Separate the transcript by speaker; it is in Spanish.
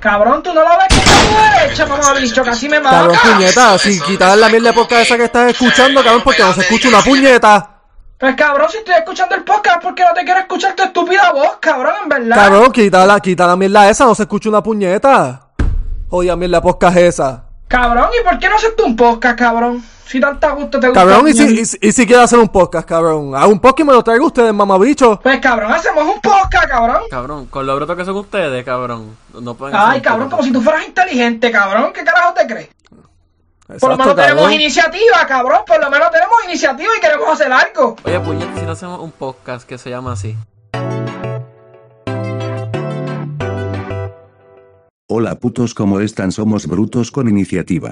Speaker 1: Cabrón, tú no lo ves que está derecha, mamá bicho, casi me mata.
Speaker 2: Cabrón, puñeta, si quitas la mierda de podcast esa que estás escuchando, cabrón, porque no se escucha una puñeta.
Speaker 1: Pues cabrón, si estoy escuchando el podcast, ¿por qué no te quiero escuchar tu estúpida voz, cabrón, en verdad?
Speaker 2: Cabrón, quita la, quita la mierda esa, no se escucha una puñeta. Oye, mierda de podcast esa.
Speaker 1: Cabrón, ¿y por qué no haces tú un podcast, cabrón? Si tanta gusto te gusta.
Speaker 2: Cabrón, y si, y, si- y si quiero hacer un podcast, cabrón. Hago un podcast y me lo traigo a ustedes, mamabicho.
Speaker 1: Pues cabrón, hacemos un podcast, cabrón.
Speaker 3: Cabrón, con lo bruto que son ustedes, cabrón. No pueden hacer
Speaker 1: Ay,
Speaker 3: un
Speaker 1: cabrón, como
Speaker 3: podcast.
Speaker 1: si tú fueras inteligente, cabrón. ¿Qué carajo te crees? Por lo
Speaker 2: Exacto,
Speaker 1: menos tenemos
Speaker 2: cabrón.
Speaker 1: iniciativa, cabrón. Por lo menos tenemos iniciativa y queremos hacer algo.
Speaker 3: Oye, puñeta, si no hacemos un podcast que se llama así.
Speaker 4: Hola putos como están somos brutos con iniciativa.